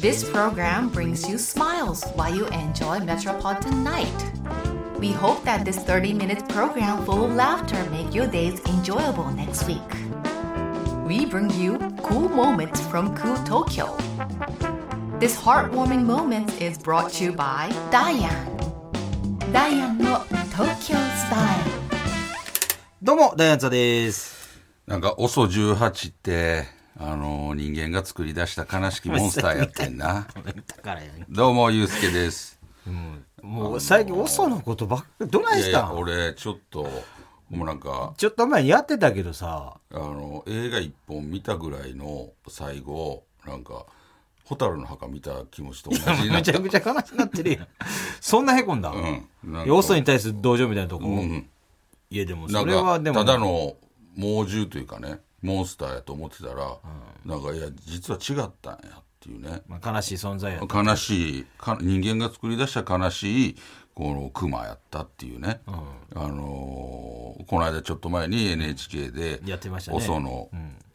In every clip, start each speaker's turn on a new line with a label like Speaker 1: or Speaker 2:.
Speaker 1: This program brings you smiles while you enjoy Metropolitan Night. We hope that this 30 minute program full of laughter make your days enjoyable next week. We bring you cool moments from cool Tokyo. This heartwarming moment is brought to you by Diane. Diane no Tokyo Style.
Speaker 2: どうも、ダイアンツァです。
Speaker 3: なんか OSO18 って、あのー人間が作り出した悲しきモンスターやってんな。
Speaker 2: だからやね。
Speaker 3: どうも、ゆうすけです。
Speaker 2: もう最近、オソのことばっかり、どないい
Speaker 3: や
Speaker 2: し
Speaker 3: い
Speaker 2: た
Speaker 3: や、
Speaker 2: ん
Speaker 3: 俺、ちょっと、もうなんか、
Speaker 2: ちょっと前にやってたけどさ、
Speaker 3: あの、映画一本見たぐらいの最後、なんか、蛍の墓見た気持ちと同じに な
Speaker 2: め
Speaker 3: っ
Speaker 2: ち
Speaker 3: た。
Speaker 2: ゃくちゃ悲しくなってるやん。そんなへこんだ。
Speaker 3: うんなんか
Speaker 2: オソに対する同情みたいなとこ。
Speaker 3: うん
Speaker 2: いや、でも
Speaker 3: な
Speaker 2: そ
Speaker 3: ん
Speaker 2: れは
Speaker 3: か、
Speaker 2: で
Speaker 3: た
Speaker 2: も、
Speaker 3: だの猛獣というかね、モンスターやと思ってたら、なんか、いや、実は違ったんやっていうね。
Speaker 2: まあ、悲しい存在や。
Speaker 3: 悲しいか人間が作り出した悲しいこのクマやったっていうね、あのーこの間ちょっと前に NHK で
Speaker 2: やってましたね
Speaker 3: おその、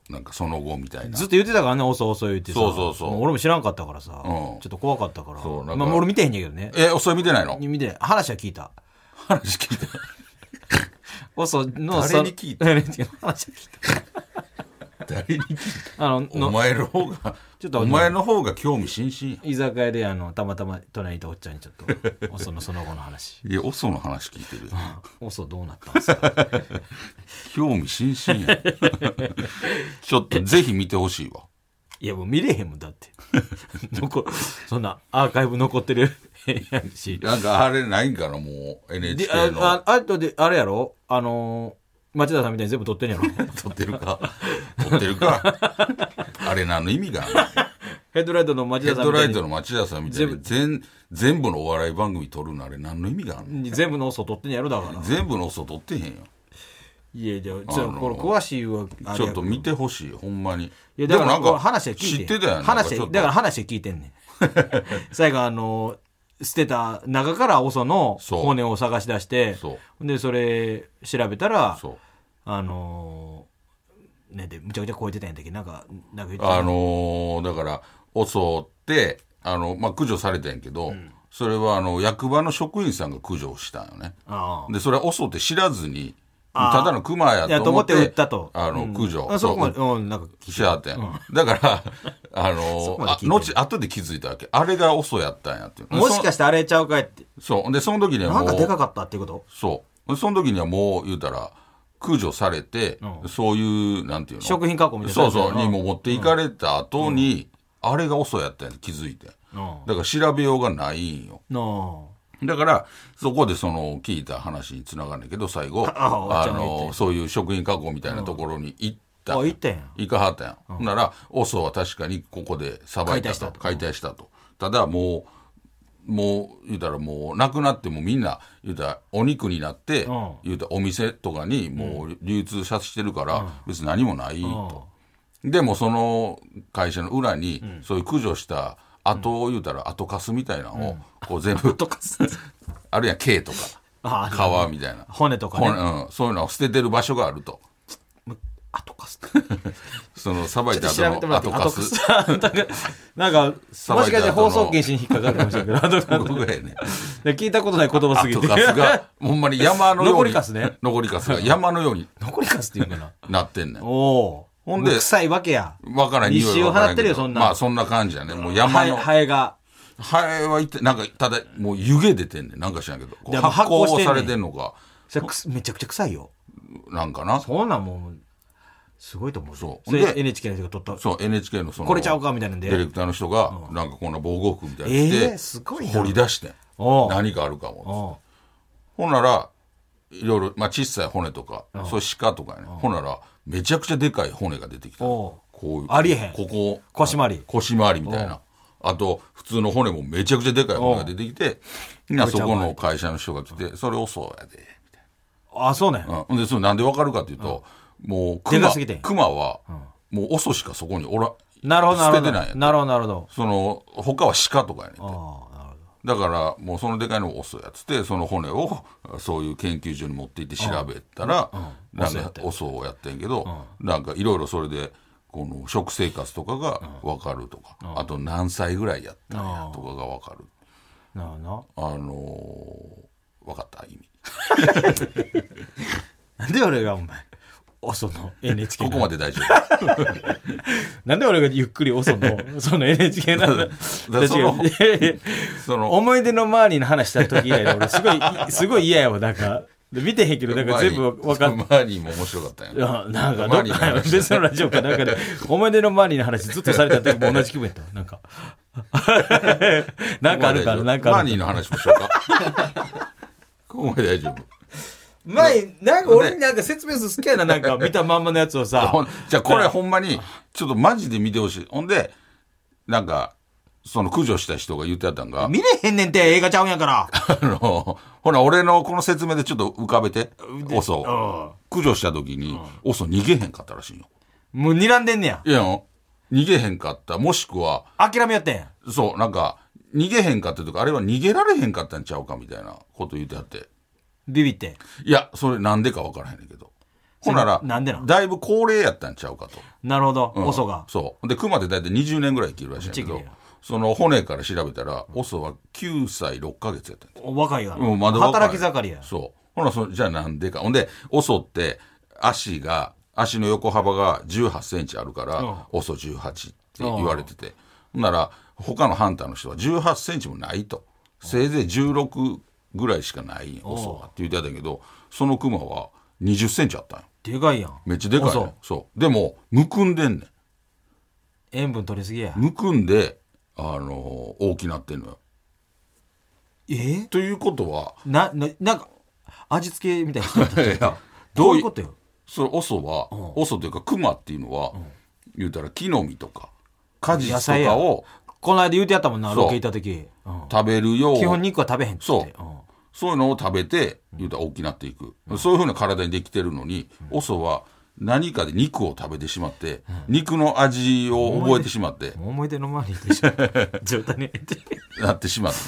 Speaker 3: なんかその後みたいな
Speaker 2: ずっと言ってたからね、オソオソ言ってさ。
Speaker 3: そうそうそう
Speaker 2: も俺も知らんかったからさ、
Speaker 3: うん
Speaker 2: ちょっと怖かったから。
Speaker 3: そうなんか
Speaker 2: まあ、俺見てへんねんけどね。
Speaker 3: えそれ見てないの
Speaker 2: 見てない、話は聞いた。
Speaker 3: 話聞いて
Speaker 2: オソの
Speaker 3: 誰に聞いた
Speaker 2: た 話は聞い
Speaker 3: 誰に聞い
Speaker 2: た。あの、
Speaker 3: たお
Speaker 2: の
Speaker 3: 前の方が
Speaker 2: ちょっと
Speaker 3: お前の方が興味津々や
Speaker 2: 居酒屋で、あの、たまたま隣にいたおっちゃんにちょっ と、オソのその後の話。
Speaker 3: いやおその話聞いてるやん
Speaker 2: オソどうなったんですか
Speaker 3: 興味津々 やんちょっとぜひ見てほしいわ
Speaker 2: いやもう見れへんもんだ って残そんなアーカイブ残ってるやし
Speaker 3: なんかあれないんかなもう
Speaker 2: で
Speaker 3: NHK の
Speaker 2: あああとであれやろあのー町田さんみたいに全部撮ってんやろ
Speaker 3: 撮ってるか撮ってるかあれ何の意味があるの
Speaker 2: ヘッドライトの町
Speaker 3: ヘ
Speaker 2: 田
Speaker 3: ッ
Speaker 2: さん
Speaker 3: ド
Speaker 2: みた
Speaker 3: ラ
Speaker 2: い
Speaker 3: イト
Speaker 2: に
Speaker 3: の町田さんみたいに全全部のお笑い番組撮るのあれ何の意味があるの
Speaker 2: 全部の嘘撮ってんやろだから
Speaker 3: 全部の嘘撮ってへんよ
Speaker 2: いやじゃあちょ
Speaker 3: あのー
Speaker 2: これ詳しいはあれやけ
Speaker 3: ち
Speaker 2: ど
Speaker 3: ょっと見てほしいほんまにい
Speaker 2: いやだから
Speaker 3: なんか
Speaker 2: 話は聞い
Speaker 3: 知
Speaker 2: て
Speaker 3: ってたやんなんか
Speaker 2: 話
Speaker 3: ちょ
Speaker 2: は
Speaker 3: っ
Speaker 2: だから
Speaker 3: と
Speaker 2: 話は聞いてんねん 最後あのー捨てた中からオソの
Speaker 3: そう
Speaker 2: 骨を探し出して
Speaker 3: そ
Speaker 2: でそれ調べたら
Speaker 3: そう
Speaker 2: あのー、ねでむちゃくちゃ超えてたんやったっけなんかなんか言ってた
Speaker 3: あのーだから襲ってあの、まあ、駆除されたんやけど、それはあの役場の職員さんが駆除したんよね
Speaker 2: あ
Speaker 3: でそれは襲って知らずに
Speaker 2: あー
Speaker 3: ただのクマ
Speaker 2: あ
Speaker 3: や
Speaker 2: いや
Speaker 3: と
Speaker 2: と思
Speaker 3: 思っ
Speaker 2: ってて売ったと
Speaker 3: あの
Speaker 2: うん
Speaker 3: 駆除、
Speaker 2: あそこま
Speaker 3: う
Speaker 2: でうんなんか
Speaker 3: しはったやん、だから、あの
Speaker 2: こまで聞いてる
Speaker 3: あ後、後で気づいたわけ。あれがオソやったんやっていう。
Speaker 2: もしか
Speaker 3: し
Speaker 2: してあれちゃうかいって
Speaker 3: そう。で、その時には
Speaker 2: なん
Speaker 3: も
Speaker 2: か
Speaker 3: う、
Speaker 2: でかかったってこと
Speaker 3: そう。その時にはもう、言うたら、駆除されて、
Speaker 2: うん
Speaker 3: そういう、なんていうの
Speaker 2: 食品加工みたいな
Speaker 3: そ
Speaker 2: や
Speaker 3: う
Speaker 2: つやな
Speaker 3: そう、にも持っていかれた後に、あれがオソやったんやって気づいて。
Speaker 2: うん
Speaker 3: だから調べようがないんよ。
Speaker 2: の
Speaker 3: だから、そこでその聞いた話につながるんだけど、最後、
Speaker 2: あおっ
Speaker 3: あ
Speaker 2: ちゃんが言って
Speaker 3: の、そういう食品加工みたいなところに行った。
Speaker 2: あ行ったんや
Speaker 3: 行かはったんや。ほんなら、オソは確かにここでさばい
Speaker 2: 解
Speaker 3: た
Speaker 2: 体した
Speaker 3: と。
Speaker 2: と
Speaker 3: 解体したと。ただ、もう、もう、言うたらもう、なくなってもみんな、言うたら、お肉になって、
Speaker 2: うん
Speaker 3: 言うたらお店とかにもう流通させてるから、別に何もないと。
Speaker 2: う
Speaker 3: でもその会社の裏に、そういう駆除した後を言うたら後かすみたいなのを、こう全部、
Speaker 2: とか す
Speaker 3: あるいは毛とか
Speaker 2: ああ
Speaker 3: 皮みたいな、
Speaker 2: 骨とかね
Speaker 3: 骨うん、そういうのを捨ててる場所があると
Speaker 2: あとかす
Speaker 3: そのさばいた
Speaker 2: 調べ
Speaker 3: 後
Speaker 2: て
Speaker 3: の
Speaker 2: もらって
Speaker 3: 後
Speaker 2: あ
Speaker 3: か
Speaker 2: とかす
Speaker 3: す
Speaker 2: なんか なんかもし
Speaker 3: さばい
Speaker 2: か
Speaker 3: た後
Speaker 2: して放
Speaker 3: の
Speaker 2: 送禁止に引っかかるかもしれんけどあとか
Speaker 3: 僕が やね
Speaker 2: で聞いたことない言葉すぎ
Speaker 3: 後
Speaker 2: て
Speaker 3: かすがほんまに山のように
Speaker 2: 残りかすね
Speaker 3: 残りかすが山のように
Speaker 2: 残りかすって言うんかな
Speaker 3: なってんね ん
Speaker 2: おお
Speaker 3: ほんで
Speaker 2: 臭いわけや
Speaker 3: わからん匂い
Speaker 2: 西
Speaker 3: は
Speaker 2: を
Speaker 3: わから
Speaker 2: 払
Speaker 3: ん
Speaker 2: っ
Speaker 3: け
Speaker 2: て
Speaker 3: ど
Speaker 2: るよそんな
Speaker 3: まあそんな感じやねもう山
Speaker 2: ハエ
Speaker 3: の
Speaker 2: ハエが
Speaker 3: ハエはいってなんかただもう湯気出てんねんなんか知らんけどこう
Speaker 2: でも
Speaker 3: 発
Speaker 2: 発酵してんね
Speaker 3: 酵
Speaker 2: ん
Speaker 3: されてんのか
Speaker 2: それくすめちゃくちゃ臭いよ
Speaker 3: なんかな
Speaker 2: そんなんもう、すごいと思う。
Speaker 3: そう
Speaker 2: れ
Speaker 3: で
Speaker 2: NHK の人が撮った。
Speaker 3: そう NHK のその
Speaker 2: これちゃうかみたいなんで
Speaker 3: ディレクターの人がなんかこんな防護服みたいに
Speaker 2: ええ
Speaker 3: し
Speaker 2: す
Speaker 3: て
Speaker 2: ごいな
Speaker 3: 掘り出してん
Speaker 2: おう
Speaker 3: 何かあるかも
Speaker 2: お
Speaker 3: ほんならいろいろまあ小さい骨とかそういう鹿とかねほんならめちゃくちゃでかい骨が出てきた
Speaker 2: おう
Speaker 3: こういう
Speaker 2: ありえへん
Speaker 3: ここ
Speaker 2: 腰回り
Speaker 3: 腰回りみたいなあと普通の骨もめちゃくちゃでかい骨が出てきてみんなそこの会社の人が来てそれをそうやで
Speaker 2: うあ、そうね。
Speaker 3: うん、でそれなんでわかるかっていうと、もう
Speaker 2: で
Speaker 3: 熊
Speaker 2: かすぎて
Speaker 3: 熊は、もうオソしかそこにおら
Speaker 2: なるほど、なる
Speaker 3: 捨
Speaker 2: ほど。
Speaker 3: ててないやん
Speaker 2: なるほど、なるほど。
Speaker 3: その他は鹿とかやねんて
Speaker 2: ああ、なるほど。
Speaker 3: だからもうそのでかいのをオソやっつってその骨をそういう研究所に持って行って調べたら、なんかオソをやってんけど、なんかいろいろそれでこの食生活とかが分かるとか、あと何歳ぐらいやったんやとかが分かる、
Speaker 2: なあな
Speaker 3: あのー、分かった意味
Speaker 2: なんで俺がお前おその NHK
Speaker 3: こ
Speaker 2: の
Speaker 3: こまで大丈夫
Speaker 2: なんで俺がゆっくりおそ のその NHK なの
Speaker 3: だその
Speaker 2: 私がいやいや
Speaker 3: そ の
Speaker 2: 思い出の周りの話した時以来で俺すごいすごい嫌やわなんかで見てへんけどなんか全部分 かっ
Speaker 3: マーリーも面白かったんや
Speaker 2: いやなんかど
Speaker 3: マー
Speaker 2: っ
Speaker 3: リーの
Speaker 2: か
Speaker 3: 話
Speaker 2: 別のラジオかなんかで思い出の周りの話ずっとされた時も同じ気分やったわなんか なんかあるからなんか
Speaker 3: マ
Speaker 2: あ
Speaker 3: ー
Speaker 2: る
Speaker 3: ニーの話もしようか ここまで大丈夫
Speaker 2: 前なんか俺になんか説明する好きやななんか見たまんまのやつをさ
Speaker 3: ほんじゃあこれほんまにちょっとマジで見てほしいほんでなんかその駆除した人が言ってあったんが
Speaker 2: 見れへんねんて映画ちゃうんや から
Speaker 3: あのほら俺のこの説明でちょっと浮かべてオソを駆除した時にオソ逃げへんかったらしいよ
Speaker 2: もう睨んでんねや
Speaker 3: いや逃げへんかったもしくは
Speaker 2: 諦めよってんや
Speaker 3: そうなんか逃げへんかったというかあれは逃げられへんかったんちゃうかみたいなこと言ってあって
Speaker 2: ビビって
Speaker 3: いやそれなんでか分からへんねんけどほんなら
Speaker 2: それなんでなん
Speaker 3: だいぶ高齢やったんちゃうかと
Speaker 2: なるほど、
Speaker 3: うん
Speaker 2: オソが
Speaker 3: そうで熊って大体20年ぐらい生きるらしいんやけ
Speaker 2: めっ
Speaker 3: ど
Speaker 2: ちゃ生きるやん
Speaker 3: その骨から調べたら、オソは9歳6ヶ月やったんや
Speaker 2: お若いが、
Speaker 3: うん、まだ若い
Speaker 2: 働き盛りや
Speaker 3: そう。ほら、そじゃあなんでか。ほんで、オソって足が、足の横幅が18センチあるから、
Speaker 2: うん
Speaker 3: オソ18って言われてて。ほんなら、他のハンターの人は18センチもないと。せいぜい16ぐらいしかない、オソはって言ってたんやけど、そのクマは20センチあったんよ。
Speaker 2: でかいやん
Speaker 3: めっちゃでかい、ねん
Speaker 2: オソ
Speaker 3: そう。でも、むくんでんねん。
Speaker 2: 塩分取りすぎや
Speaker 3: むくんで、あのー大きなってんのよ。
Speaker 2: えー
Speaker 3: ということは、
Speaker 2: なななんか味付けみたいな人だった
Speaker 3: いや
Speaker 2: どういうことよ
Speaker 3: それオソは、オソというかクマっていうのは、言うたら木の実とか果実とかを
Speaker 2: この間言うてやったもんな
Speaker 3: そう
Speaker 2: ロケ行った時、うん
Speaker 3: 食べるよう
Speaker 2: 基本肉は食べへんっつって
Speaker 3: そう
Speaker 2: うん
Speaker 3: そういうのを食べて言うたら大きくなっていく、そういうふうな体にできてるのに、オソは何かで肉を食べてしまって、肉の味を覚えてしまって、
Speaker 2: もう思い出の周りでしょ状態に
Speaker 3: なってしまって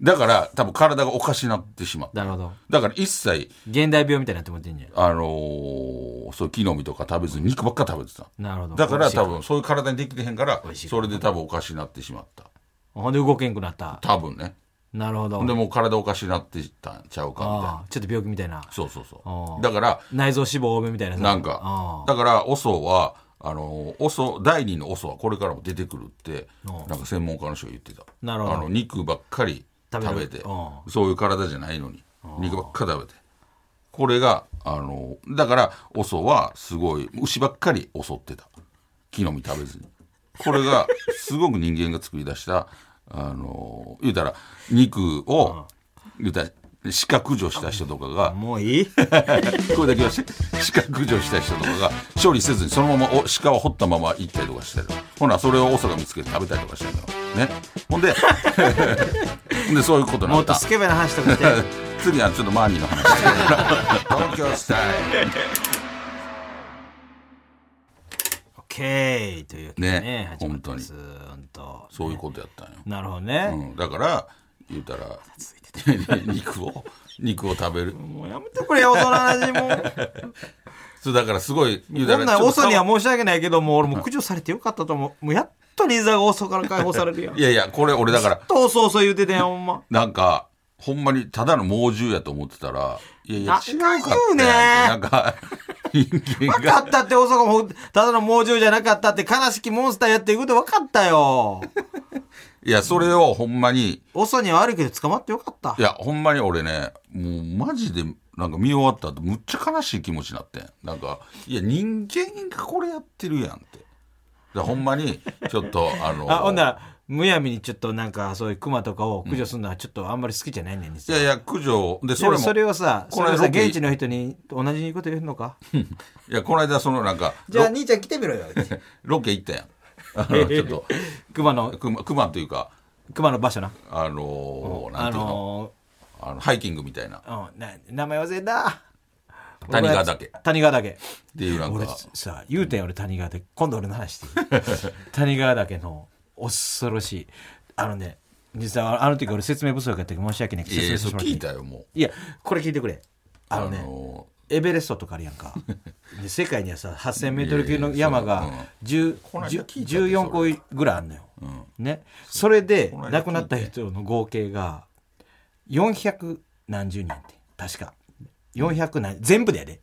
Speaker 3: だから多分体がおかしなってしまった
Speaker 2: なるほど
Speaker 3: だから一切
Speaker 2: 現代病みたいになってもらってんじゃん
Speaker 3: あのーそういう木の実とか食べずに肉ばっか食べてた
Speaker 2: なるほど
Speaker 3: だか
Speaker 2: 美
Speaker 3: ら
Speaker 2: 味しい
Speaker 3: 多分そういう体にできてへんから
Speaker 2: 美味しい
Speaker 3: それで多分おかしになってしまった
Speaker 2: ほんで動けんくなった
Speaker 3: 多分ね
Speaker 2: なるほど
Speaker 3: ほんでもう体おかしになってたんちゃうかみたい
Speaker 2: ああちょっと病気みたいな
Speaker 3: なそうそうそ
Speaker 2: あ
Speaker 3: う
Speaker 2: ー
Speaker 3: だから
Speaker 2: 内臓脂肪多めみたいなさ
Speaker 3: なん
Speaker 2: あ
Speaker 3: か
Speaker 2: あ
Speaker 3: だからオソはあのオソ第二のオソはこれからも出てくるって
Speaker 2: ああ
Speaker 3: なんか専門家の人が言ってた
Speaker 2: なるほど
Speaker 3: あの肉ばっかり
Speaker 2: 食べ
Speaker 3: 食べ
Speaker 2: る
Speaker 3: て
Speaker 2: ああ
Speaker 3: そういう体じゃないのに肉ばっか食べてこれがあのだからオソはすごい牛ばっかり襲ってた木の実食べずにこ れがすごく人間が作り出したあの言うたら肉を言うたら四角除した人とかが
Speaker 2: もういい
Speaker 3: これだけはし 鹿駆除した人とかが処理せずにそのままお鹿を掘ったまま行ったりとかしてるほなそれをオソが見つけて食べたりとかしてるのねほんで ほんでそういうことに
Speaker 2: も
Speaker 3: な
Speaker 2: っ
Speaker 3: っ
Speaker 2: と
Speaker 3: た
Speaker 2: スケベな話とかして
Speaker 3: 次はちょっとマーニーの話してるから東京スタイル
Speaker 2: オッケーというわけでね
Speaker 3: ね
Speaker 2: 始まってます本当
Speaker 3: そういうことやったんよ、
Speaker 2: なるほどね、
Speaker 3: うん、だから言うたら 肉を肉を食べる
Speaker 2: もうやめてくれよ、その話もう。
Speaker 3: そうだからすごい言うた
Speaker 2: こ
Speaker 3: ら
Speaker 2: ん
Speaker 3: ち
Speaker 2: な
Speaker 3: ょっ
Speaker 2: ん
Speaker 3: と
Speaker 2: オソには申し訳ないけど、もう俺も駆除されてよかったと思う。もうやっとリーザーがオソから解放されるやん。
Speaker 3: いやいやこれ俺だから
Speaker 2: とオソオソ言うてたやん、ほんま。
Speaker 3: なんか、ほんまにただの猛獣やと思ってたら、いやいや、
Speaker 2: あ
Speaker 3: 違うかった
Speaker 2: 言うね
Speaker 3: なんか、人 間
Speaker 2: 分か
Speaker 3: が、
Speaker 2: ったって、オソがもう、ただの猛獣じゃなかったって、悲しきモンスターやっていうこと分かったよ。
Speaker 3: いや、それをほんまに、
Speaker 2: オソには悪いけど捕まってよかった
Speaker 3: い。や、ほんまに俺ね、もうマジで、なんか見終わった後、むっちゃ悲しい気持ちになってん。なんか、いや、人間がこれやってるやんって。だからほんまに、ちょっと、あ の、
Speaker 2: あ、ほんなら、むやみにちょっとなんか、そういうクマとかを駆除するのはちょっとあんまり好きじゃないねん、
Speaker 3: いやいや、駆除、で、そ
Speaker 2: そ
Speaker 3: れ
Speaker 2: れ
Speaker 3: も、
Speaker 2: それをさ、
Speaker 3: こ
Speaker 2: そ
Speaker 3: の
Speaker 2: れ
Speaker 3: 間
Speaker 2: をさ、
Speaker 3: ロケ
Speaker 2: 現地の人に同じこと言うのか
Speaker 3: いや、この間、そのなんか、
Speaker 2: じゃあ兄ちゃん来てみろよ。
Speaker 3: ロケ行ったやん。あ の、ちょっと、
Speaker 2: クマの、
Speaker 3: 熊、熊というか、
Speaker 2: クマの場所な。
Speaker 3: あのー、な
Speaker 2: あ
Speaker 3: んていうの、
Speaker 2: のー、
Speaker 3: あのハイキングみたいな。
Speaker 2: うん、な名前忘れた
Speaker 3: 谷川岳
Speaker 2: 俺は谷川岳
Speaker 3: っていうなん
Speaker 2: 俺
Speaker 3: か、
Speaker 2: さ言うてん俺谷川で今度俺の話してい い谷川岳の恐ろしいあのね実はあの時俺説明不足やったけど申し訳ないけど
Speaker 3: いや
Speaker 2: 説明して
Speaker 3: いや、そ
Speaker 2: し
Speaker 3: れ
Speaker 2: まって
Speaker 3: 聞
Speaker 2: いい
Speaker 3: いたよ、もう。
Speaker 2: いやこれ聞いてくれあのね、
Speaker 3: の
Speaker 2: エベレストとかあるやん かで世界にはさ 8,000m 級の山
Speaker 3: いや
Speaker 2: が
Speaker 3: いや
Speaker 2: 10
Speaker 3: この間聞いたで
Speaker 2: 14個ぐらいあんのよ、ね、それで
Speaker 3: この間聞いて
Speaker 2: 亡くなった人の合計が400何十人って確か400何全部でやで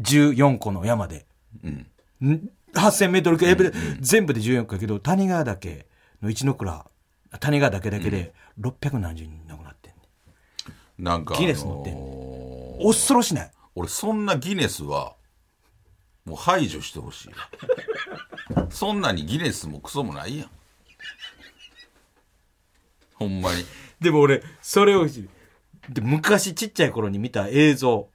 Speaker 2: 14個の山で
Speaker 3: うん
Speaker 2: ん 8,000m 級エベレ全部で14個やけど谷川岳の一ノ倉谷川岳だけで600何十人亡くなってんね
Speaker 3: なんか、
Speaker 2: ギネス乗ってんね恐ろしない
Speaker 3: 俺そんなギネスはもう排除してほしい そんなにギネスもクソもないやんほんまに
Speaker 2: でも俺それをで昔ちっちゃい頃に見た映像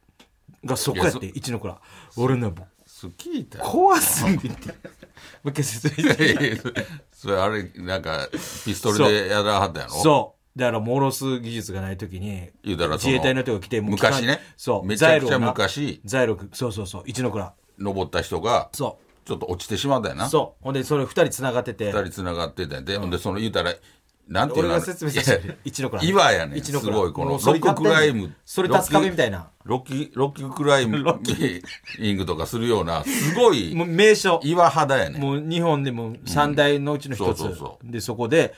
Speaker 2: がそこやって
Speaker 3: いや
Speaker 2: 一ノ倉俺ねもう
Speaker 3: それ聞いたよ
Speaker 2: 怖すぎてもう一回説明して
Speaker 3: いやいやそれそれあれなんかピストルでやらはったやろ
Speaker 2: そうだからもう下ろす技術がない時に
Speaker 3: 言うたらその
Speaker 2: 自衛隊の人が来てもう機関
Speaker 3: 昔ね
Speaker 2: そう
Speaker 3: めちゃくち
Speaker 2: ザ
Speaker 3: ゃ
Speaker 2: イロな
Speaker 3: 昔
Speaker 2: ザイロクそうそうそう一ノ倉
Speaker 3: 登った人がちょ
Speaker 2: そ
Speaker 3: っと落ちてしまったよ
Speaker 2: う
Speaker 3: な
Speaker 2: そうほんでそれ二人つながってて
Speaker 3: 二人つながってたんやで、ほんでその言うたらなんていう
Speaker 2: 俺
Speaker 3: の
Speaker 2: が説明した
Speaker 3: いや
Speaker 2: 一ノ倉
Speaker 3: 岩やねん
Speaker 2: 一ノ
Speaker 3: す
Speaker 2: 倉
Speaker 3: ごいこの
Speaker 2: も
Speaker 3: ロ
Speaker 2: うそれ
Speaker 3: ッククライム
Speaker 2: それ立つ壁みたいな
Speaker 3: ロッキロッキクライムイングとかするようなすごい
Speaker 2: もう名所
Speaker 3: 岩肌やねん
Speaker 2: もう日本でも三大のうちの一つ、
Speaker 3: うんそうそうそ
Speaker 2: でそこで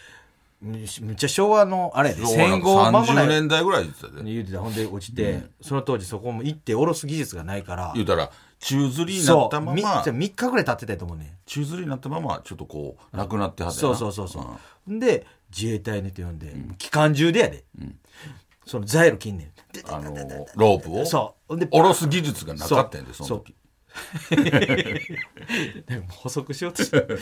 Speaker 2: むむっちゃ昭和のあれやで戦後間もな
Speaker 3: 30
Speaker 2: い
Speaker 3: 年代ぐらい言ってたで
Speaker 2: 言うてたほんで落ちて、その当時そこも行って下ろす技術がないから
Speaker 3: 言うたら宙づりにな
Speaker 2: そ
Speaker 3: った
Speaker 2: う
Speaker 3: ま
Speaker 2: みじゃ
Speaker 3: ま
Speaker 2: 3日ぐらい経ってたと思うね
Speaker 3: 宙づりになったままちょっとこうなくなってはった
Speaker 2: そ
Speaker 3: よ
Speaker 2: う
Speaker 3: な
Speaker 2: そうそうそう、ほん、で自衛隊にって呼んで、機関銃でやで、そのザイロ切んねんで
Speaker 3: あのロープを
Speaker 2: そうほんで
Speaker 3: 下ろす技術がなかったんやでその時
Speaker 2: なんか補足しようとしてで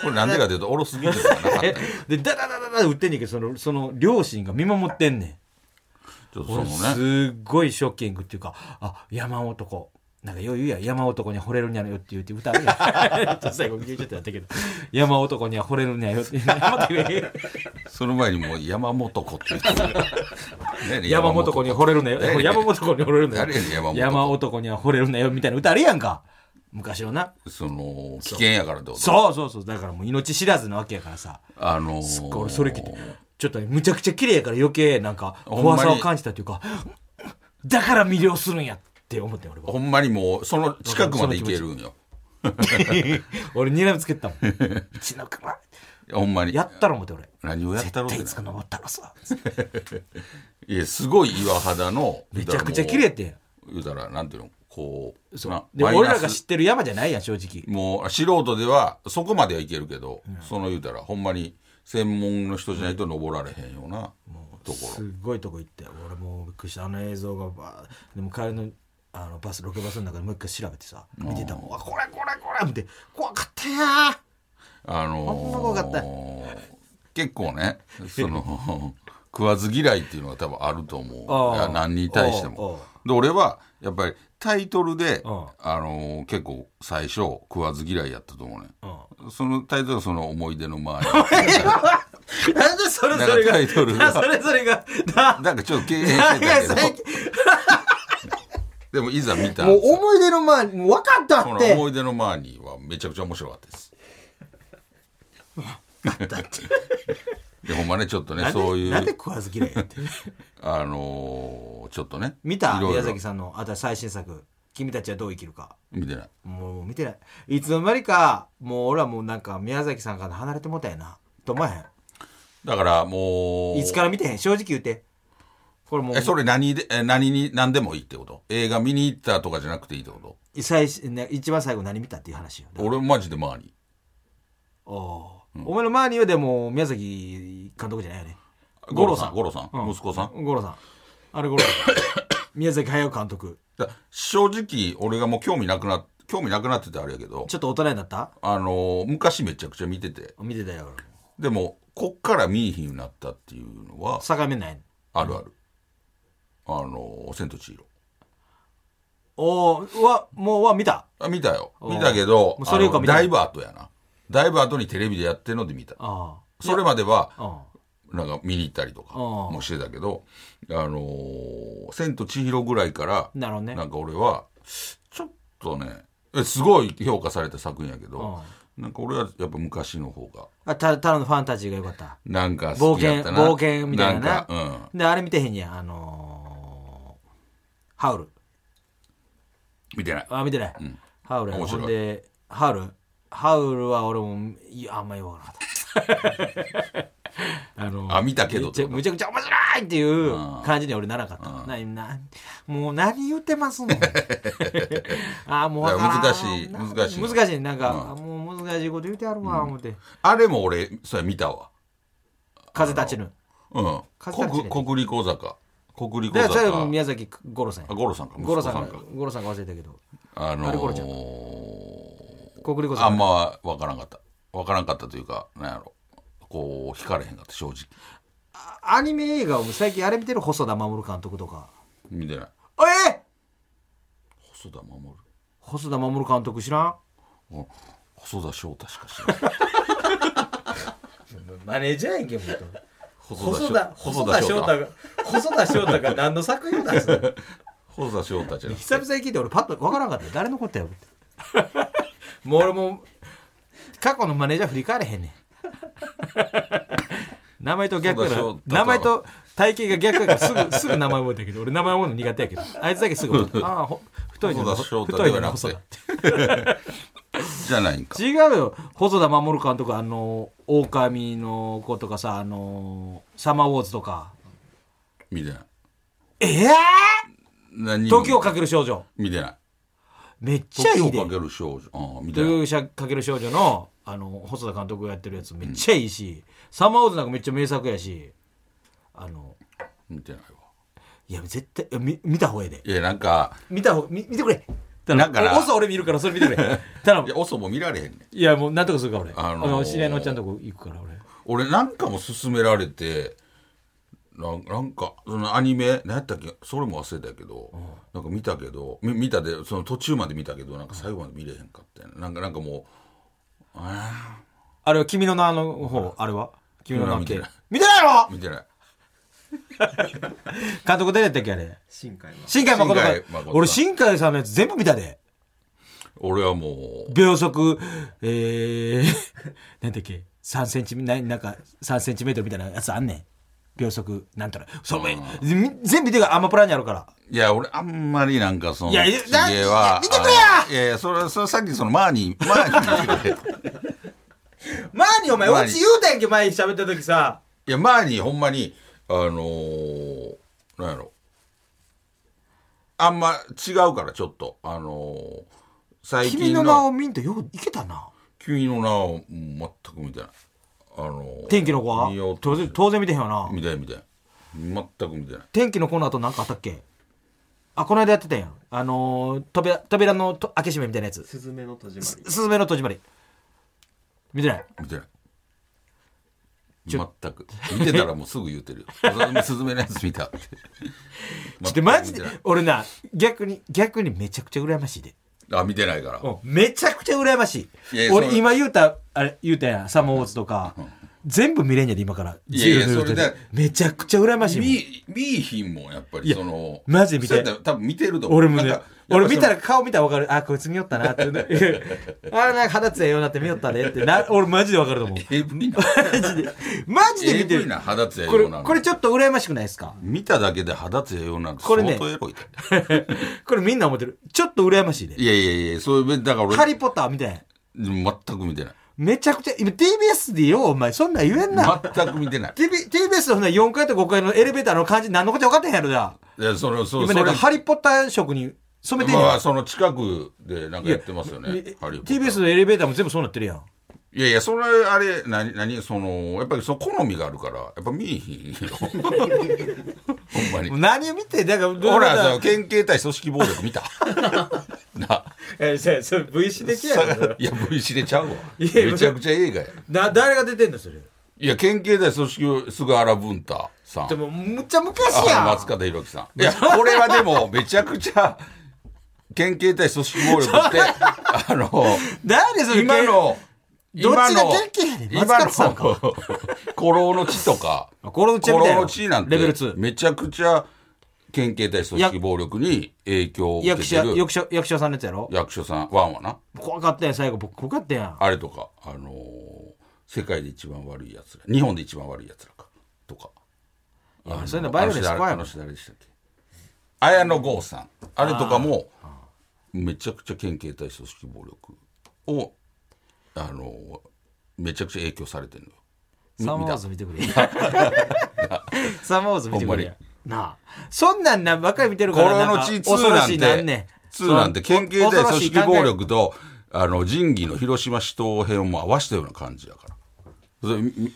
Speaker 3: これなんでかというと下ろす技術がな かったんや
Speaker 2: でダダダダダ打ってんねんけどそのその両親が見守ってんねん
Speaker 3: ちょっとその
Speaker 2: 俺
Speaker 3: ね
Speaker 2: すっごいショッキングっていうかあ山男なんかよう言うやん山男に惚れるんやろよって言うて歌あるやん ちょっと最後言うちょっとやったけど山男には惚れるんやよ って山男に
Speaker 3: その前にもう山本子って言っ てたね
Speaker 2: 山男には惚れるんだよ
Speaker 3: ね
Speaker 2: 山男には惚れるんだよ
Speaker 3: 誰やねん山男
Speaker 2: 山男には惚れるんだよみたいな歌あるやんか昔のな
Speaker 3: その危険やからってこと
Speaker 2: そうそうそうだからもう命知らずなわけやからさ
Speaker 3: あのー、
Speaker 2: すっごい俺それ聞いてちょっとねむちゃくちゃ綺麗やから余計なんか
Speaker 3: ほんま
Speaker 2: 怖
Speaker 3: に
Speaker 2: さを感じたというかだから魅了するんやって思ってん俺は
Speaker 3: ほんまにもうその近くまで行けるんよ
Speaker 2: 俺睨みつけてた もんうちの熊
Speaker 3: ほんまに
Speaker 2: やったろ思って俺
Speaker 3: 何をやったろうって
Speaker 2: 手
Speaker 3: な
Speaker 2: つく登ったろさ
Speaker 3: いやすごい岩肌の
Speaker 2: めちゃくちゃ綺麗ってん
Speaker 3: 言うたらなんていうのこうな
Speaker 2: で
Speaker 3: マイナス
Speaker 2: 俺らが知ってる山じゃないやん正直
Speaker 3: もう素人ではそこまではいけるけど、その言うたらほんまに専門の人じゃないと登られへんようなところ、
Speaker 2: すごいとこ行って俺もうびっくりしたあの映像がばーでも帰りのあのバスロケバスの中でもう一回調べてさ見てたもんわこれこれこれ見て怖かったやー
Speaker 3: あ
Speaker 2: ほんま怖かった
Speaker 3: のー、結構ねその食わず嫌いっていうのが多分あると思
Speaker 2: あ
Speaker 3: う
Speaker 2: あ
Speaker 3: いや何に対しても
Speaker 2: あ
Speaker 3: で俺はやっぱりタイトルで、
Speaker 2: あ
Speaker 3: あのー結構最初食わず嫌いやったと思うね、
Speaker 2: あ
Speaker 3: そのタイトルはその思い出の 周り
Speaker 2: なんでそれぞれ
Speaker 3: なんかタイトル
Speaker 2: がな
Speaker 3: が
Speaker 2: それぞれがな
Speaker 3: なんかちょっと敬遠
Speaker 2: な
Speaker 3: し
Speaker 2: ん
Speaker 3: て
Speaker 2: か
Speaker 3: たけ
Speaker 2: 最
Speaker 3: ど
Speaker 2: 近
Speaker 3: でもいざ見たら
Speaker 2: もう思い出の前にもう分かった
Speaker 3: こ
Speaker 2: っ
Speaker 3: の
Speaker 2: て
Speaker 3: 思い出のマーニーはめちゃくちゃ面白かった です。 でほんまねちょっとね
Speaker 2: なんで
Speaker 3: そうい
Speaker 2: なんで
Speaker 3: う
Speaker 2: 食わず嫌いや って
Speaker 3: あのーちょっとね
Speaker 2: 見た
Speaker 3: いろいろ
Speaker 2: 宮崎さんのあた最新作「君たちはどう生きるか
Speaker 3: 見てない」
Speaker 2: もう見てないいつの間にかもう俺はもうなんか宮崎さんから離れてもうたやなと思えへ
Speaker 3: だからもうん
Speaker 2: いつから見てへん正直言ってこれもう
Speaker 3: えそれ何でえ何に何でもいいってこと映画見に行ったとかじゃなくていいってこと
Speaker 2: 最新ね一番最後何見たっていう話よ
Speaker 3: 俺マジでマーニー
Speaker 2: おうお前の周りはでも宮崎監督じゃないよね
Speaker 3: 五郎さん五郎さん
Speaker 2: う
Speaker 3: 息子さん
Speaker 2: 五郎さんあれ五郎さん宮崎駿監督
Speaker 3: だ正直俺がもう興味なくな興味なくなっててあれやけど
Speaker 2: ちょっと大人になった
Speaker 3: あのー昔めちゃくちゃ見てて
Speaker 2: 見てたよ俺も
Speaker 3: でもこっから見いひんようになったっていうのは
Speaker 2: 境目ない
Speaker 3: あるある。あのー、千と千尋。
Speaker 2: おおはもうは見た
Speaker 3: あ、見たよ。
Speaker 2: う
Speaker 3: 見たけど
Speaker 2: も、うそれよりか
Speaker 3: あの
Speaker 2: 見た
Speaker 3: だいぶ後やな。だいぶ後にテレビでやってるので見た。
Speaker 2: あ
Speaker 3: それまでは、
Speaker 2: あうん
Speaker 3: なんか見に行ったりとか
Speaker 2: あー
Speaker 3: もしてたけど、あのー、千と千尋ぐらいから、
Speaker 2: なるほどね
Speaker 3: なんか俺は、ちょっとね、えすごい評価された作品やけど、なんか俺はやっぱ昔の方が、
Speaker 2: あたただのファンタジーが良かった
Speaker 3: なんか
Speaker 2: 冒
Speaker 3: 好きやっ
Speaker 2: 険
Speaker 3: たな。
Speaker 2: 冒険みたいな
Speaker 3: なん
Speaker 2: な
Speaker 3: か、うん。
Speaker 2: であれ見てへんやんあのーハウル
Speaker 3: 見てない
Speaker 2: あ見てない、ハウルや
Speaker 3: 面白い
Speaker 2: ほんでハウルハウルは俺もいやあんまよくわ からなかったあの
Speaker 3: あ見たけど
Speaker 2: めちゃむちゃくちゃ面白いっていう感じには俺ならなかった、ななもう何言って ますのあもうわからん
Speaker 3: 難しい難しい
Speaker 2: 難しいなんか、もう難しいこと言うてやるわ思って、
Speaker 3: あれも俺それ見たわ
Speaker 2: 風立ちぬ
Speaker 3: うん
Speaker 2: 風立ちぬ
Speaker 3: 国国立小坂国立
Speaker 2: で
Speaker 3: 小
Speaker 2: それは
Speaker 3: 坂
Speaker 2: 宮崎五郎さん
Speaker 3: あ五郎さんか
Speaker 2: 五郎さんが
Speaker 3: 息子
Speaker 2: 五郎さんが忘れたけど
Speaker 3: あの
Speaker 2: あれ五郎ちゃん
Speaker 3: ー、
Speaker 2: 国立五郎さ
Speaker 3: あ
Speaker 2: ん
Speaker 3: んま分からんかった分からんかったというかなんやろこう惹かれへんかった正直
Speaker 2: アニメ映画を最近あれ見てる細田守監督とか
Speaker 3: 見てない
Speaker 2: えっ
Speaker 3: 細田守
Speaker 2: 細田守監督知らん
Speaker 3: うん細田翔太しか知らない
Speaker 2: マネージャーやんけも
Speaker 3: 細田細田翔太
Speaker 2: が細田翔太が何の作品を出すの
Speaker 3: 細田翔太じゃなくて
Speaker 2: 久々に聞いて俺パッと分からんかった誰のことやろってもう俺も過去のマネージャー振り返れへんねん名前と逆やな
Speaker 3: 細田翔太と
Speaker 2: 名前と体型が逆やからすぐす ぐ名前覚えたけど俺名前覚えるの苦手やけどあいつだけすぐ覚えたああほ太いの
Speaker 3: 細田翔太
Speaker 2: 太いの
Speaker 3: ではなくて
Speaker 2: 細田
Speaker 3: じゃないんか
Speaker 2: 違うよ細田守監督あの狼の子とかさあのサマーウォーズとか
Speaker 3: 見てない
Speaker 2: ええ
Speaker 3: 何にも
Speaker 2: 時をかける少女
Speaker 3: 見てない
Speaker 2: めっちゃ
Speaker 3: 時
Speaker 2: いい
Speaker 3: を
Speaker 2: で
Speaker 3: かける少女ああ見てない
Speaker 2: 時をかける少女のあの細田監督がやってるやつめっちゃいいし、サマーウォーズなんかめっちゃ名作やしあの
Speaker 3: 見てないわ
Speaker 2: いや絶対いやみ見た方がええで
Speaker 3: いやなんか
Speaker 2: 見た方見見てくれ
Speaker 3: なんかな
Speaker 2: おそ俺見るからそれ見てく れ頼
Speaker 3: いや
Speaker 2: む
Speaker 3: おそも見られへんねん
Speaker 2: いやもうなんとかするから俺、
Speaker 3: あ
Speaker 2: あ
Speaker 3: の
Speaker 2: の
Speaker 3: ー
Speaker 2: 知り合いのおっちゃんのとこ行くから俺
Speaker 3: 俺なんかも勧められてなんなんかそのアニメ何やったっけそれも忘れたけど、なんか見たけどみ見たでその途中まで見たけどなんか最後まで見れへんかったよねなんかなんかもうあ
Speaker 2: あれは君の名の方あれは君の名っ
Speaker 3: 見て
Speaker 2: て
Speaker 3: ない
Speaker 2: 見てないの
Speaker 3: ー見てない
Speaker 2: 監督誰やったっけあれ
Speaker 4: 新海は
Speaker 2: 新海誠か
Speaker 3: 新海誠
Speaker 2: 俺新海さんのやつ全部見たで
Speaker 3: 俺はもう
Speaker 2: 秒速えー、 なんだっけ3センチななんか3センチメートルみたいなやつあんねん秒速なんたらそれみ全部見てかアマプラにあるから
Speaker 3: いや俺あんまりなんかその
Speaker 2: いやいや
Speaker 3: 手芸は
Speaker 2: 見てくれ
Speaker 3: あのいやいやそれそれさっきそのマーニーマーニー
Speaker 2: マーニーお前
Speaker 3: マーニーオチ言
Speaker 2: うたやんけ前喋った時さ
Speaker 3: いやマーニーほんまにあのー、なんやろあんま違うからちょっとあのー、最近
Speaker 2: 君の名を見んとよくいけたな
Speaker 3: 君の名をうん全く見てない。あの
Speaker 2: 天気の子は
Speaker 3: 見ようと
Speaker 2: 当然当然見てへんよな
Speaker 3: 見たい見たい。全く見てない。
Speaker 2: 天気の子の後なんかあったっけあこの間やってたやんあのー扉扉のと開け閉めみたいなやつ
Speaker 4: すずめの戸締まり
Speaker 2: すずめの戸締まり見てない
Speaker 3: 見てない。
Speaker 2: ちょ
Speaker 3: 全く見てたらもうすぐ言 うてるよ。スズメのやつ見たって。
Speaker 2: ちょっとマジで
Speaker 3: 全く見て
Speaker 2: 俺な逆に逆にめちゃくちゃ羨ましいで、
Speaker 3: ないあ見てないから。
Speaker 2: めちゃくちゃ羨ましい
Speaker 3: いやいやそ
Speaker 2: 俺
Speaker 3: れ
Speaker 2: 今言うたあれ言うたやんサマーウォーズとか、全部見れんやで今から
Speaker 3: いやいや
Speaker 2: 自由のルールで
Speaker 3: それで
Speaker 2: めちゃくちゃ羨ましいもん
Speaker 3: 見見いひんもんやっぱ
Speaker 2: い
Speaker 3: り
Speaker 2: や
Speaker 3: その
Speaker 2: マジで見て
Speaker 3: そうやったら多分見てると思う。
Speaker 2: 俺も
Speaker 3: なん
Speaker 2: ね
Speaker 3: か
Speaker 2: 俺見た
Speaker 3: や
Speaker 2: ら
Speaker 3: っぱ
Speaker 2: 顔見たら分かるあこいつ見よったなって あなんか肌つやようになって見よったねってな俺マジで分かると思う
Speaker 3: その AV な
Speaker 2: マジでマジで見て
Speaker 3: AV
Speaker 2: る
Speaker 3: な肌つやよ
Speaker 2: こ
Speaker 3: う
Speaker 2: れ
Speaker 3: なの
Speaker 2: これちょっと羨ましくないですか
Speaker 3: 見ただけで肌つやようなんて
Speaker 2: これ
Speaker 3: 相
Speaker 2: ね
Speaker 3: 当エロいで。
Speaker 2: これみんな思ってるちょっと羨ましいで
Speaker 3: いやいやいやそういうだから
Speaker 2: ハリ
Speaker 3: 俺
Speaker 2: ー・ポッターみたいな
Speaker 3: 全く見てない。
Speaker 2: めちゃくちゃ今 TBS でよお前そんなん言えんな、
Speaker 3: 全く見てない。
Speaker 2: TV TBS のほんなら4階と5階のエレベーターの感じ何のこっちゃ分かってへんやろじゃあ
Speaker 3: いやそれそう
Speaker 2: 今
Speaker 3: そ
Speaker 2: な
Speaker 3: れ
Speaker 2: んかハリー・ポッター色に染めてんやん、
Speaker 3: まあその近くでなんかやってますよね
Speaker 2: え
Speaker 3: ハリーポッター
Speaker 2: TBS のエレベーターも全部そうなってるやん
Speaker 3: いやいやそれあれ何何そのやっぱりその好みがあるからやっぱ見えひんよ ほんまに
Speaker 2: 何を見てだから
Speaker 3: ほらさ県警対組織暴力 見たな
Speaker 2: えじゃあそれ V 字的やろ
Speaker 3: さいや V 知れちゃうわめ
Speaker 2: いや
Speaker 3: ちゃくちゃ映画や
Speaker 2: な誰が出てんのそれ
Speaker 3: いや県警対組織菅原文太さん
Speaker 2: でもむっちゃ昔や
Speaker 3: あ
Speaker 2: ん
Speaker 3: 松方弘樹さんいやこれはでもめちゃくちゃ県警対組織暴力ってあの
Speaker 2: 誰それ
Speaker 3: 今の
Speaker 2: どっちが元気やねん
Speaker 3: 今の
Speaker 2: 松方さんか
Speaker 3: 今の古老の地とか
Speaker 2: あ古老の地みたいな
Speaker 3: 古老の地なんて
Speaker 2: レベル2
Speaker 3: めちゃくちゃ県警対組織暴力に影響を受
Speaker 2: 役
Speaker 3: けて
Speaker 2: 者
Speaker 3: る
Speaker 2: 役者役者さんのやつやろ
Speaker 3: 役所さんワンはな
Speaker 2: 怖かったやん最後僕怖かったやん
Speaker 3: あれとかあのー世界で一番悪いやつら日本で一番悪いやつらかとか
Speaker 2: いやそういうのバイオレンス怖いも
Speaker 3: あの
Speaker 2: ん
Speaker 3: 人誰あの人誰でしたっけ綾野剛さんあれとかもめちゃくちゃ県警対組織暴力をあのめちゃくちゃ影響されてるのよ
Speaker 2: サマーズ見 てくれや。サマーズ見てくれや
Speaker 3: ほ。
Speaker 2: なあ。そんなんなばっかり見てるからな
Speaker 3: こ
Speaker 2: ん
Speaker 3: の
Speaker 2: か
Speaker 3: 後
Speaker 2: 恐
Speaker 3: 2
Speaker 2: ろ
Speaker 3: なん
Speaker 2: しいなんね
Speaker 3: て2なんて県警対組織暴。力とあの仁義の広島市東編も合わせたような恐ろしい感じやからそれみみ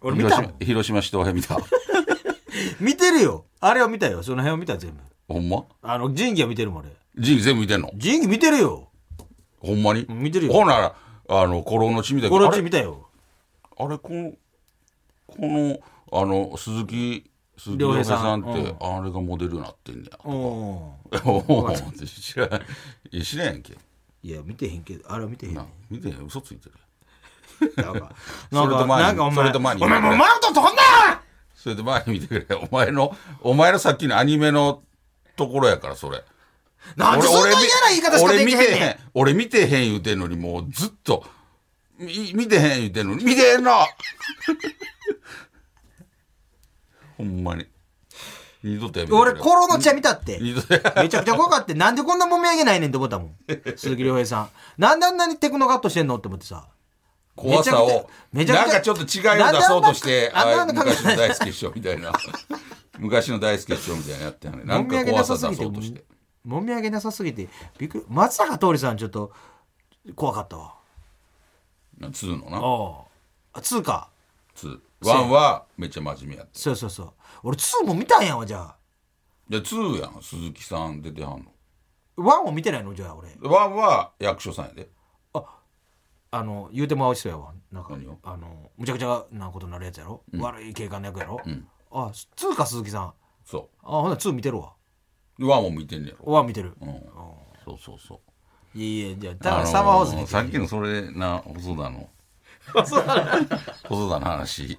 Speaker 2: 俺見たもん
Speaker 3: 広島広島市東編見た
Speaker 2: 見てるよ。あれを見たよ。その辺を見たよ全部。
Speaker 3: ほんま
Speaker 2: あの、仁義は見てるもん、俺。
Speaker 3: 仁義全部見てんの
Speaker 2: 仁義見てるよ。
Speaker 3: ほんまに
Speaker 2: 見てるよ
Speaker 3: ほんならあの古老の血みたい
Speaker 2: こ
Speaker 3: な
Speaker 2: の
Speaker 3: あ
Speaker 2: ち
Speaker 3: れ
Speaker 2: 見たよ。
Speaker 3: あれこのこのあの鈴木鈴木
Speaker 2: 亮
Speaker 3: 亮
Speaker 2: 平
Speaker 3: 平
Speaker 2: さん
Speaker 3: さんって、あれがモデルになってんねや
Speaker 2: うん。
Speaker 3: おお知らん知らんやんけ
Speaker 2: いや、見てへんけど、あれは見てへん。な
Speaker 3: な見てん嘘ついてる
Speaker 2: んか、な
Speaker 3: そ
Speaker 2: ん
Speaker 3: れと
Speaker 2: か、
Speaker 3: 前に
Speaker 2: なんかお前、
Speaker 3: それと前に
Speaker 2: お前、もうマウント飛んだよ
Speaker 3: それで前に見てくれお前のお前のさっきのアニメのところやからそれ
Speaker 2: なんでそんな嫌な言い方しかでき
Speaker 3: 俺見
Speaker 2: へん
Speaker 3: て
Speaker 2: ね
Speaker 3: へ
Speaker 2: ん
Speaker 3: ん。俺見てへん言うてんのにもうずっとみ見てへん言うてんのに見てへんの ほんまに二度とやめてくれ
Speaker 2: 俺、コロの茶見たって。
Speaker 3: 二度とや
Speaker 2: めちゃくちゃ怖かって、なんでこんなもみあげないねんって思った もん。鈴木亮平さん。なんであんなにテクノカットしてんのって思ってさ。
Speaker 3: 怖さを
Speaker 2: めちゃくちゃ
Speaker 3: なんかちょっと違いを出そうとして
Speaker 2: なんであ
Speaker 3: あ
Speaker 2: ん
Speaker 3: あ
Speaker 2: な
Speaker 3: 昔の大好き師匠みたいな昔の大好き師匠みたいなやってはねな
Speaker 2: も
Speaker 3: ん
Speaker 2: み
Speaker 3: か
Speaker 2: あげな
Speaker 3: 怖
Speaker 2: さ
Speaker 3: さ
Speaker 2: すぎて
Speaker 3: 出そうとして
Speaker 2: もみあげなさすぎてびっくり松坂桃李さんちょっと怖かったわ
Speaker 3: なツーのな
Speaker 2: ああつうか
Speaker 3: ツーワンはめっちゃ真面目やって
Speaker 2: そうそうそう俺2も見たんやわじゃあ
Speaker 3: でツーやん鈴木さん出てはん
Speaker 2: 1も見てないのじゃあ俺
Speaker 3: のワンは役所さんやで
Speaker 2: あの言うても青い人やわなんか
Speaker 3: 何を
Speaker 2: あのむちゃくちゃなことになるやつやろ、悪い警官の役やろ、ああつうか鈴木さんあ
Speaker 3: そ
Speaker 2: ほんなら2見てるわ
Speaker 3: うでワンも見てんねやろ
Speaker 2: 1見てる、
Speaker 3: うんそうそうそう
Speaker 2: いやいやじゃあだか
Speaker 3: あ
Speaker 2: ら
Speaker 3: のー
Speaker 2: サマーウォーズ見て
Speaker 3: さっきのそれな細田の細田の話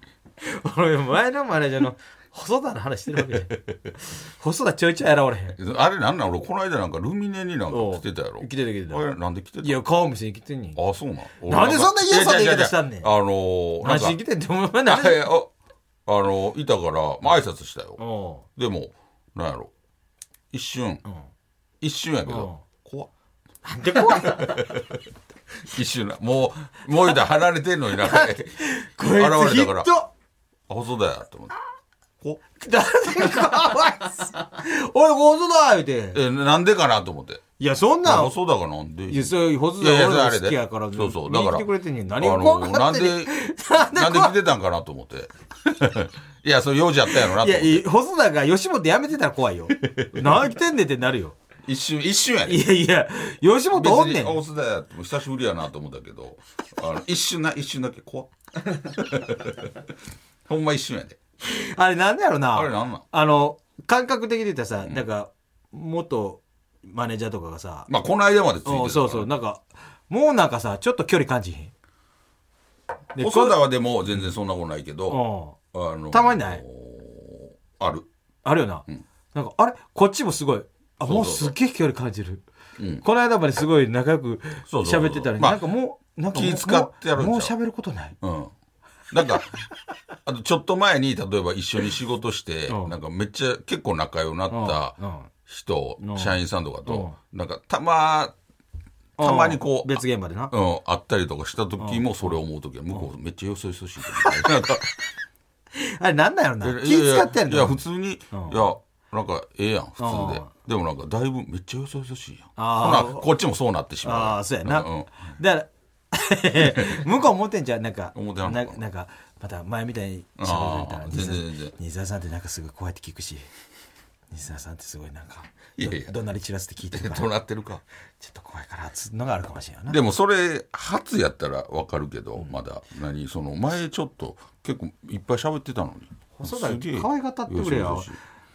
Speaker 2: 俺前のマネージャーの細田の話してるわけじゃん細田ちょいちょいやらわれへん
Speaker 3: あれなんなん俺この間なんかルミネになんか来てたやろ
Speaker 2: おう来てた来てた
Speaker 3: あれなんで来てた
Speaker 2: いや顔見せに来てんねん
Speaker 3: あそうなん俺
Speaker 2: なんでそんな嫌そうな言い
Speaker 3: いやいやい
Speaker 2: 方
Speaker 3: や
Speaker 2: したんねん
Speaker 3: あのー、なん
Speaker 2: 何し
Speaker 3: か
Speaker 2: に来てんってお前何で
Speaker 3: えああのーいたから、まあ、挨拶したよ
Speaker 2: おう
Speaker 3: でもなんやろ一瞬、一瞬やけど、怖っ
Speaker 2: なんで怖いの
Speaker 3: 一瞬なもうもう言うたら離れてんのになんか現
Speaker 2: こいつ
Speaker 3: れ
Speaker 2: ヒ
Speaker 3: たか
Speaker 2: ッ
Speaker 3: ら
Speaker 2: ト
Speaker 3: あ細田やと思って怖っ
Speaker 2: 誰かわいそう俺細田言うて
Speaker 3: えなんでかなと思って
Speaker 2: いやそんなん
Speaker 3: 細田がなんで
Speaker 2: いやそういう細
Speaker 3: いやい
Speaker 2: 田
Speaker 3: や
Speaker 2: 俺
Speaker 3: それあ
Speaker 2: が
Speaker 3: れで
Speaker 2: 好きやからね
Speaker 3: そうそうだか
Speaker 2: 見
Speaker 3: ら
Speaker 2: に来てくれてんねん
Speaker 3: あ
Speaker 2: 何が
Speaker 3: の
Speaker 2: 怖
Speaker 3: ーな
Speaker 2: かっ
Speaker 3: ん
Speaker 2: た
Speaker 3: で
Speaker 2: ねん
Speaker 3: なんで来てたんかなと思って いやそれ用事やったんやろなと
Speaker 2: いや
Speaker 3: 思って
Speaker 2: いや細田が吉本辞めてたら怖い よ何来てんねんってなるよ
Speaker 3: 一瞬一瞬やね
Speaker 2: いやいや吉本おんね
Speaker 3: 別
Speaker 2: ん
Speaker 3: にあ細田やっても久しぶりやなと思ったけどあの一瞬な一瞬だけ怖っ ほんま一瞬やで
Speaker 2: あれなんだろうな。
Speaker 3: あれなんなん
Speaker 2: あの、感覚的で言ったらさ、なんか、元マネージャーとかがさ、
Speaker 3: まあこの間までついてた
Speaker 2: う
Speaker 3: か
Speaker 2: ん
Speaker 3: ら
Speaker 2: そうそう、なんか、もうなんかさ、ちょっと距離感じへん。で
Speaker 3: 細田
Speaker 2: こ
Speaker 3: はでも全然そんなことないけど
Speaker 2: う
Speaker 3: あの
Speaker 2: たまにない
Speaker 3: ある
Speaker 2: んあるよな。なんか、あれこっちもすごい。あ、もう
Speaker 3: そうそうそう
Speaker 2: すっげえ距離感じる。この間まですごい仲良く
Speaker 3: そうそうそう
Speaker 2: 喋ってたのに、
Speaker 3: まあ
Speaker 2: なんかもう、なんかもう
Speaker 3: 気使ってやるんちゃう
Speaker 2: もうもう喋ることない。
Speaker 3: うんなんか あとちょっと前に例えば一緒に仕事して、
Speaker 2: うん
Speaker 3: なんかめっちゃ結構仲良くなった
Speaker 2: うんうん
Speaker 3: 人、
Speaker 2: うん
Speaker 3: 社員さんとかと、なんかたまたまにこう
Speaker 2: 別現場でな。
Speaker 3: うん、あったりとかした時もそれ思う時は向こうめっちゃよそよそしい時なんか
Speaker 2: あれなんだろう な。気
Speaker 3: いやい
Speaker 2: 使
Speaker 3: や
Speaker 2: ってやる
Speaker 3: いや普通にいやなんかええやん普通で
Speaker 2: うん
Speaker 3: でもなんかだいぶめっちゃよそよそしいやんほ
Speaker 2: あー
Speaker 3: なこっちもそうなってしまう
Speaker 2: ああそうやな、
Speaker 3: ん ん
Speaker 2: だから 向こう思ってんじゃんなんか
Speaker 3: 思ってはんのか
Speaker 2: な
Speaker 3: なん
Speaker 2: かまた前みたいに喋られたら
Speaker 3: あー
Speaker 2: 西澤
Speaker 3: 全然全然
Speaker 2: 西澤さんってなんかすごいこうやって聞くし西澤さんってすごいなんか
Speaker 3: いやいや
Speaker 2: どどんなり散らすって聞いてるから
Speaker 3: どうなってるか
Speaker 2: ちょっと怖いからっつうのがあるかもしれんよないな
Speaker 3: でもそれ初やったらわかるけどまだ何その前ちょっと結構いっぱい喋ってたのに
Speaker 2: 細田
Speaker 3: すげえ
Speaker 2: 可愛がったってくれ
Speaker 3: よ
Speaker 2: よ
Speaker 3: そよそしい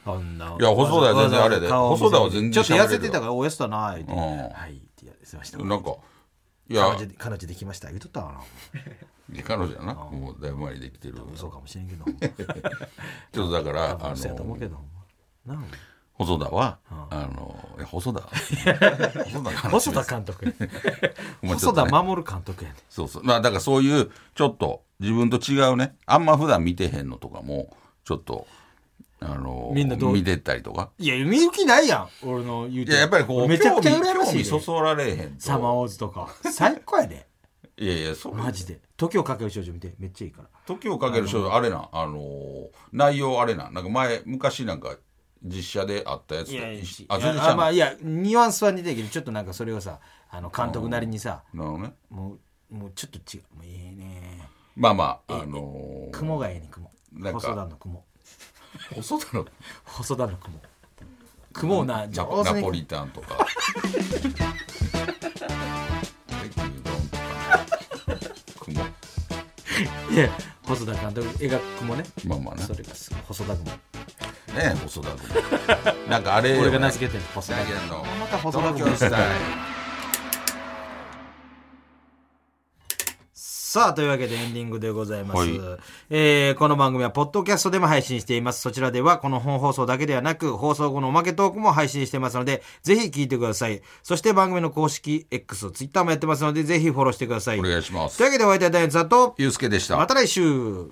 Speaker 2: あんない
Speaker 3: いや細田は全然あれで細田は全然
Speaker 2: ちょっと
Speaker 3: 喋れる
Speaker 2: 痩
Speaker 3: よ
Speaker 2: せてたからおやすだなーって、
Speaker 3: うん
Speaker 2: はいってやってました
Speaker 3: なんかい
Speaker 2: 彼
Speaker 3: や
Speaker 2: 女彼女できました言うとったかな
Speaker 3: 彼女やなもうだいぶ前にできてる
Speaker 2: 嘘かもしれんけ ど
Speaker 3: ちょっとだからあ
Speaker 2: 嘘やと思う
Speaker 3: の
Speaker 2: けどなあ
Speaker 3: 細田は、あの、いや細 田。細田の話
Speaker 2: 細田監督
Speaker 3: お前ち
Speaker 2: 細
Speaker 3: ょっと
Speaker 2: 田
Speaker 3: ね
Speaker 2: 守監督やね
Speaker 3: そうそう。まあ、だからそういう、ちょっと、自分と違うね、あんま普段見てへんのとかも、ちょっと、あの
Speaker 2: みんなどう
Speaker 3: 見てったりとか
Speaker 2: いや、見る気ないやん。俺の言う
Speaker 3: い
Speaker 2: て。
Speaker 3: ややっぱりこう
Speaker 2: めちゃくちゃ
Speaker 3: 興味
Speaker 2: 羨ましいで。
Speaker 3: 興味そそられへんと
Speaker 2: サマーウォーズとか。最高やで。
Speaker 3: いやいやそう
Speaker 2: マジで。時をかける少女見て、めっちゃいいから。
Speaker 3: 時をかける少女あれなあのー内容あれななんか前昔なんか実写であったやつ
Speaker 2: いやいや
Speaker 3: あ全然
Speaker 2: あまあ
Speaker 3: い
Speaker 2: いやニュアンスは似てるけどちょっとなんかそれをさあの監督なりにさ
Speaker 3: なるほどね
Speaker 2: もうもうちょっと違うもうええね
Speaker 3: まあまああのー
Speaker 2: 雲がええね雲
Speaker 3: なんか
Speaker 2: 細田の雲
Speaker 3: 細田の
Speaker 2: 細田の雲雲をな
Speaker 3: ナ
Speaker 2: 上手
Speaker 3: ナポ
Speaker 2: に
Speaker 3: リタンとかえ牛丼とか雲
Speaker 2: いや細田監督描く雲ね
Speaker 3: まあまあね
Speaker 2: それがすごい細田雲
Speaker 3: ねえ細田君なんかあれよね
Speaker 2: 俺が名付けてる細田
Speaker 3: だけ
Speaker 2: 雲
Speaker 3: ど
Speaker 2: また細田
Speaker 3: 東
Speaker 2: 君
Speaker 3: 京スタイ
Speaker 2: さあ、というわけでエンディングでございます。
Speaker 3: はい
Speaker 2: えーこの番組はポッドキャストでも配信しています。そちらではこの本放送だけではなく、放送後のおまけトークも配信してますので、ぜひ聞いてください。そして番組の公式 X、Twitter もやってますので、ぜひフォローしてください。
Speaker 3: お願いしま
Speaker 2: という
Speaker 3: す
Speaker 2: わけでお会いいたいダイアンツだと、
Speaker 3: ゆうすけでした
Speaker 2: また来週